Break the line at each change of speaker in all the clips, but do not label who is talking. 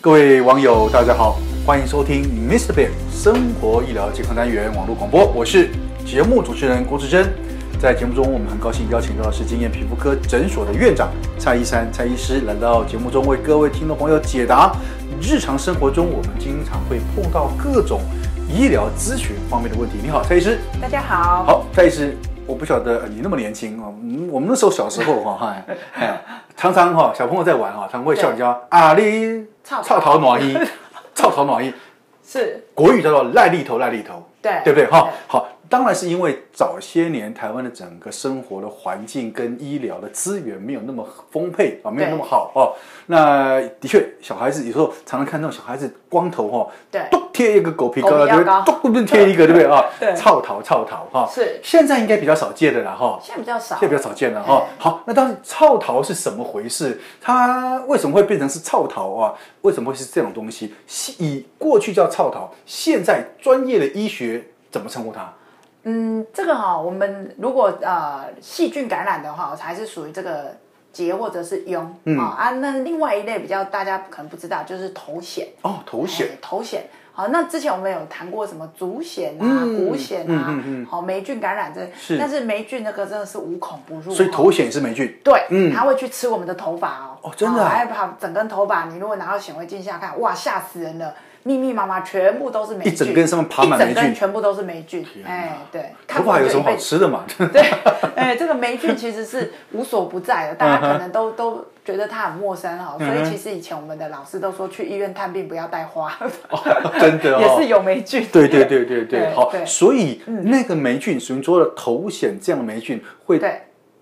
各位网友，大家好，欢迎收听 Mr. Bear 生活医疗健康单元网络广播，我是节目主持人郭志珍。在节目中，我们很高兴邀请到的是经验皮肤科诊所的院长蔡一山蔡医师来到节目中，为各位听众朋友解答日常生活中我们经常会碰到各种医疗咨询方面的问题。你好，蔡医师。
大家好，
好，蔡医师，我不晓得呃你那么年轻哦，嗯我们那时候小时候哈，嗨哎，常常哈小朋友在玩哈，常会笑人家啊你
臭
臭头暖衣，臭头暖衣，
是
国语叫做赖痢头赖痢头，
对
对不对哈
对？
好，当然是因为早些年台湾的整个生活的环境跟医疗的资源没有那么丰沛啊，没有那么好哦。那的确，小孩子有时候常常看到小孩子光头哦，
对
咚贴一个狗皮膏
狗
药，
皮
对不
膏
对？咚咚贴一个，对不对啊？
对
操桃操桃哈，
是
现在应该比较少见的啦哈。
现在比较少
现在比较少见了哈、
哎
好，那当时臭桃是什么回事？它为什么会变成是臭桃啊？为什么会是这种东西？西以过去叫臭桃，现在专业的医学怎么称呼它？
嗯，这个哈、我们如果呃细菌感染的话，还是属于这个结或者是痈啊、
嗯
啊。那另外一类比较大家可能不知道，就是头癣。
哦，头癣
哎。头癣。好，那之前我们有谈过什么足癣啊、
嗯
骨癣啊，
嗯嗯
好霉菌感染这，
是
但是霉菌那个真的是无孔不入，
所以
哦
头癣是霉菌。
对，
嗯
它会去吃我们的头发哦。
哦真的啊
哦还把整根头发，你如果拿到显微镜下看，哇，吓死人了，密密麻麻全部都是霉菌，
一整根上面爬满霉菌
一整根全部都是霉菌。
哪
哎，对，
头发有什么好
看过就一辈子？
吃的嘛？
对， 哎，这个霉菌其实是无所不在的，
嗯
大家可能都都觉得它很陌生哈、哦，所以其实以前我们的老师都说去医院探病不要带花，
真的哦。
也是有霉菌。
对对对对对，
对
好，
对嗯
所以那个霉菌，所以说的头癣这样的霉菌会
对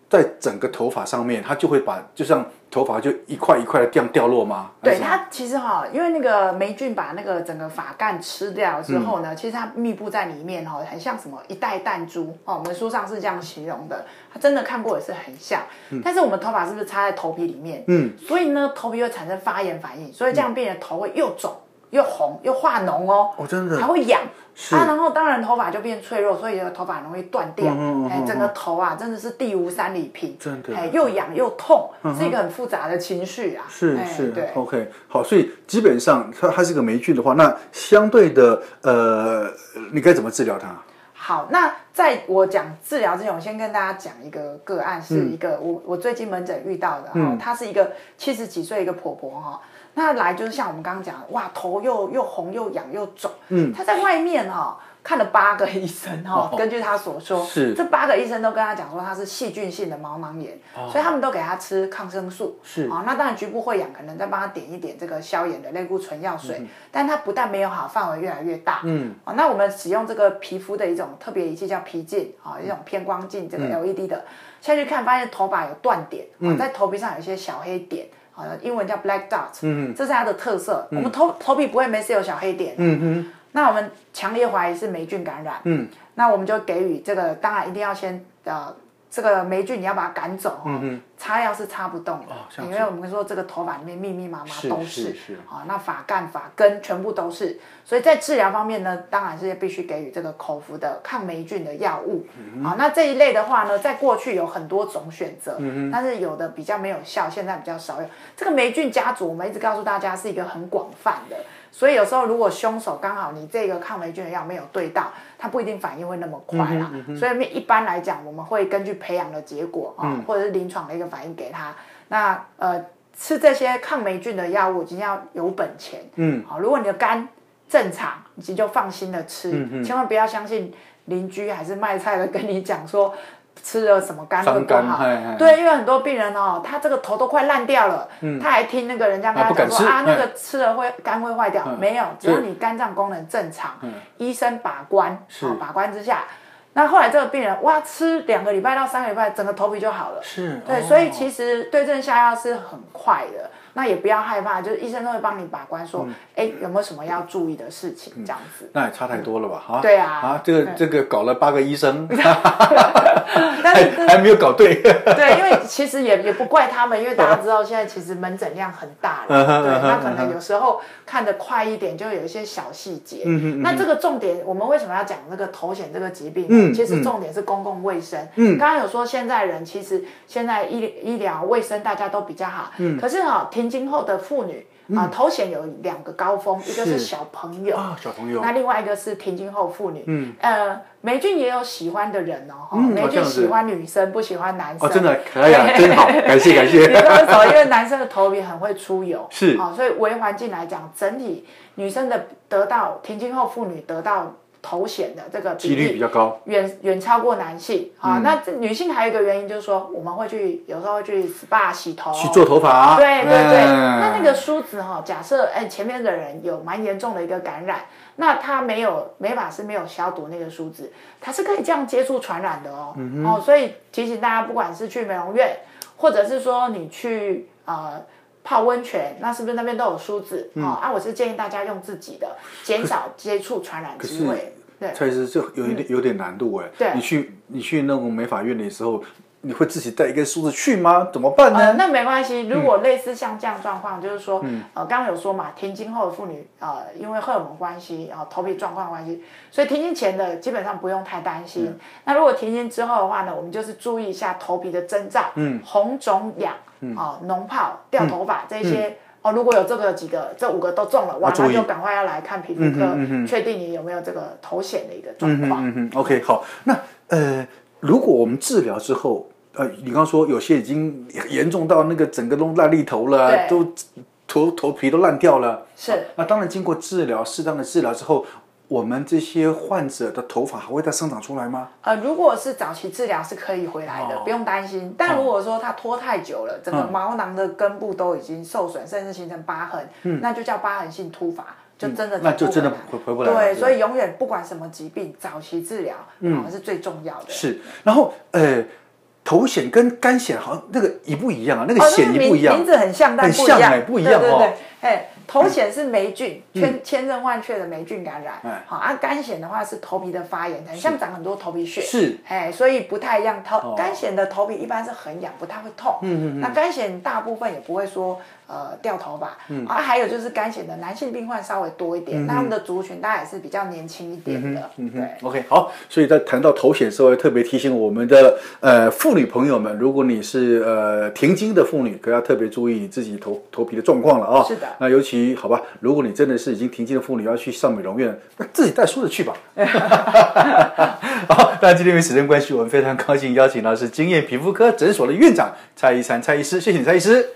在整个头发上面，它就会把就像头发就一块一块的这样掉落吗？还
对
是什么
它其实哈、因为那个霉菌把那个整个发干吃掉之后
嗯
呢，其实它密布在里面哈、很像什么一袋弹珠哦，我们书上是这样形容的，它真的看过也是很像。但是我们头发是不是插在头皮里面？
嗯，
所以呢，头皮会产生发炎反应，所以这样病人头会又肿又红又化脓哦，
哦真的
还会痒。
是
啊，然后当然头发就变脆弱，所以头发容易断掉。
嗯嗯嗯
哎，整个头啊真的是地无三里平，
真的嗯
哎，又痒又痛，是一个很复杂的情绪啊。
是
哎
是、
对。
o k 好，所以基本上它它是个霉菌的话，那相对的呃，你该怎么治疗它？
好，那在我讲治疗之前，我先跟大家讲一个个案，是一个、我我最近门诊遇到的哈、她是一个七十几岁一个婆婆哈、那来就是像我们刚刚讲的，哇，头又又红又痒又肿，嗯，她在外面哈、看了八个医生哈、 根据她所说，
是
这八个医生都跟她讲说她是细菌性的毛囊炎，所以他们都给她吃抗生素，
是
哦，那当然局部会痒，可能再帮她点一点这个消炎的类固醇药水，但它不但没有好，范围越来越大，嗯。哦，那我们使用这个皮肤的一种特别仪器叫皮镜，啊、一种偏光镜，这个 LED 的，下去看发现头发有断点，啊、在头皮上有一些小黑点。好的，英文叫 black dot，嗯，这是它的特色。我们头头皮不会没事有小黑点，嗯哼。那我们强烈怀疑是霉菌感染，嗯，那我们就给予这个，当然一定要先呃，这个霉菌你要把它赶走，嗯哼，擦药是擦不动的，
哦这样
因
子
为我们说这个头发里面密密麻麻
是
都
是是
啊、那发干、发根全部都是。所以在治疗方面呢，当然是必须给予这个口服的抗霉菌的药物。好、
嗯
那这一类的话呢，在过去有很多种选择，
嗯
但是有的比较没有效，现在比较少有。这个霉菌家族，我们一直告诉大家是一个很广泛的。所以有时候，如果凶手刚好你这个抗霉菌的药没有对到，它不一定反应会那么快啦。
嗯
所以一般来讲，我们会根据培养的结果啊、
嗯
或者是临床的一个反应给他。那呃，吃这些抗霉菌的药物，已经要有本钱。嗯，好，如果你的肝正常，你其实就放心的吃，
嗯
千万不要相信邻居还是卖菜的跟你讲说。吃了什么肝会
伤
不
肝
好
嗨嗨？
对，因为很多病人哦，他这个头都快烂掉了，他还听那个人家跟
啊嗯
他
不敢
讲说
吃嗯
啊，那
嗨
个吃了会肝会坏掉，没有，只要你肝脏功能正常，
嗯
医生把关，好把关之下，那后来这个病人哇，吃两个礼拜到三个礼拜，整个头皮就好了。
是哦
对，所以其实对症下药是很快的，那也不要害怕，就是医生都会帮你把关，说，哎、有没有什么要注意的事情，这样子。
那也差太多了吧？啊，
对啊
啊，这个这个搞了八个医 生，
但
还
是这
还没有搞 对，
对，因为其实也也不怪他们，因为大家知道现在其实门诊量很大了，
哼
对
嗯，哼
那可能有时候看得快一点，就有一些小细节。
嗯
那这个重点，我们为什么要讲这个头癣这个疾病呢？
嗯
其实重点是公共卫生。嗯，刚刚有说现在人
嗯
其实现在医医疗卫生大家都比较好，可是哈、停经后的妇女。啊、头显有两个高峰，一个
是
是小朋友，
啊，小朋友，
那另外一个是平均后妇女。
嗯，
呃，霉菌也有喜欢的人哦，哈、
嗯
霉
哦这
菌
样子
喜欢女生，不喜欢男生。
哦，真的可以
哎
啊，真好，感谢感
你知道
谢。
为什么？因为男生的头皮很会出油，
是
哦，所以微环境来讲，整体女生的得到停经后妇女得到头癣的这个
几
比
率比
例。
较嗯高，
远远超过男性啊、那这女性还有一个原因就是说，我们会去有时候会去 SPA 洗头，啊
去做头发，啊
对对对，
嗯
那那个梳子哈、假设哎前面的人有蛮严重的一个感染，那他没有美发师没有消毒那个梳子，它是可以这样接触传染的哦。
嗯
哦，所以提醒大家，不管是去美容院，或者是说你去呃。泡温泉，那是不是那边都有梳子？
嗯
哦，啊，我是建议大家用自己的，减少接触传染机
可是
会。对，
蔡医师，这有一点有点难度哎。
对
你去你去那种美发院的时候，你会自己带一根梳子去吗？怎么办呢？
呃，那没关系。如果
嗯
类似像这样状况，就是说，呃，刚刚有说嘛，停经后的妇女，呃，因为荷尔蒙关系，然、后头皮状况关系，所以停经前的基本上不用太担心。
嗯
那如果停经之后的话呢，我们就是注意一下头皮的征兆，嗯，红肿痒，
嗯
哦、脓疱、掉头发、这些。哦，如果有这个几个，这五个都中了，哇，
注
那
意
就赶快要来看皮肤科，确定你有没有这个头癣的一个状况。
嗯哼，OK，好。那呃，如果我们治疗之后，呃，你刚刚说有些已经严重到那个整个都烂痢头了，
对
都头头皮都烂掉了。
是
啊那当然，经过治疗，适当的治疗之后，我们这些患者的头发还会再生长出来吗？
呃，如果是早期治疗是可以回来的，
哦
不用担心。但如果说它拖太久了，整个毛囊的根部都已经受损，甚至形成疤痕，那就叫疤痕性突发，就真的
嗯那就真的
不
回回不来了
对，
对嗯
所以永远不管什么疾病，早期治疗好像是最重要的。
是。然后呃，头癣跟肝癣好像那个一不一样啊，那个
哦，那
癣
个
一不
名
一样。
名字很像，但
很
不一
像
样，
哎不一样
对对
哦嗯
对，哎，头癣是霉菌，千千真万确的霉菌感染
哎。
好，啊，肝癣的话是头皮的发炎，很像长很多头皮屑。
是，哦
哎，所以不太一样。头肝癣的头皮一般是很痒，不太会痛。嗯嗯那肝癣大部分也不会说呃掉头发。嗯。啊，还有就是肝癣的男性病患稍微多一
嗯
点，那他们的族群大概也是比较年轻一点的。对。
OK，好，所以在谈到头癣的时候，要特别提醒我们的呃妇女朋友们，如果你是呃停经的妇女，可要特别注意你自己头头皮的状况了啊、
是的
那尤其好吧，如果你真的是已经停经的妇女，要去上美容院，那自己带梳子去 吧。好，那今天因为时间关系，我们非常高兴邀请到是经验皮肤科诊所的院长蔡一婵蔡医师，谢谢你蔡医师。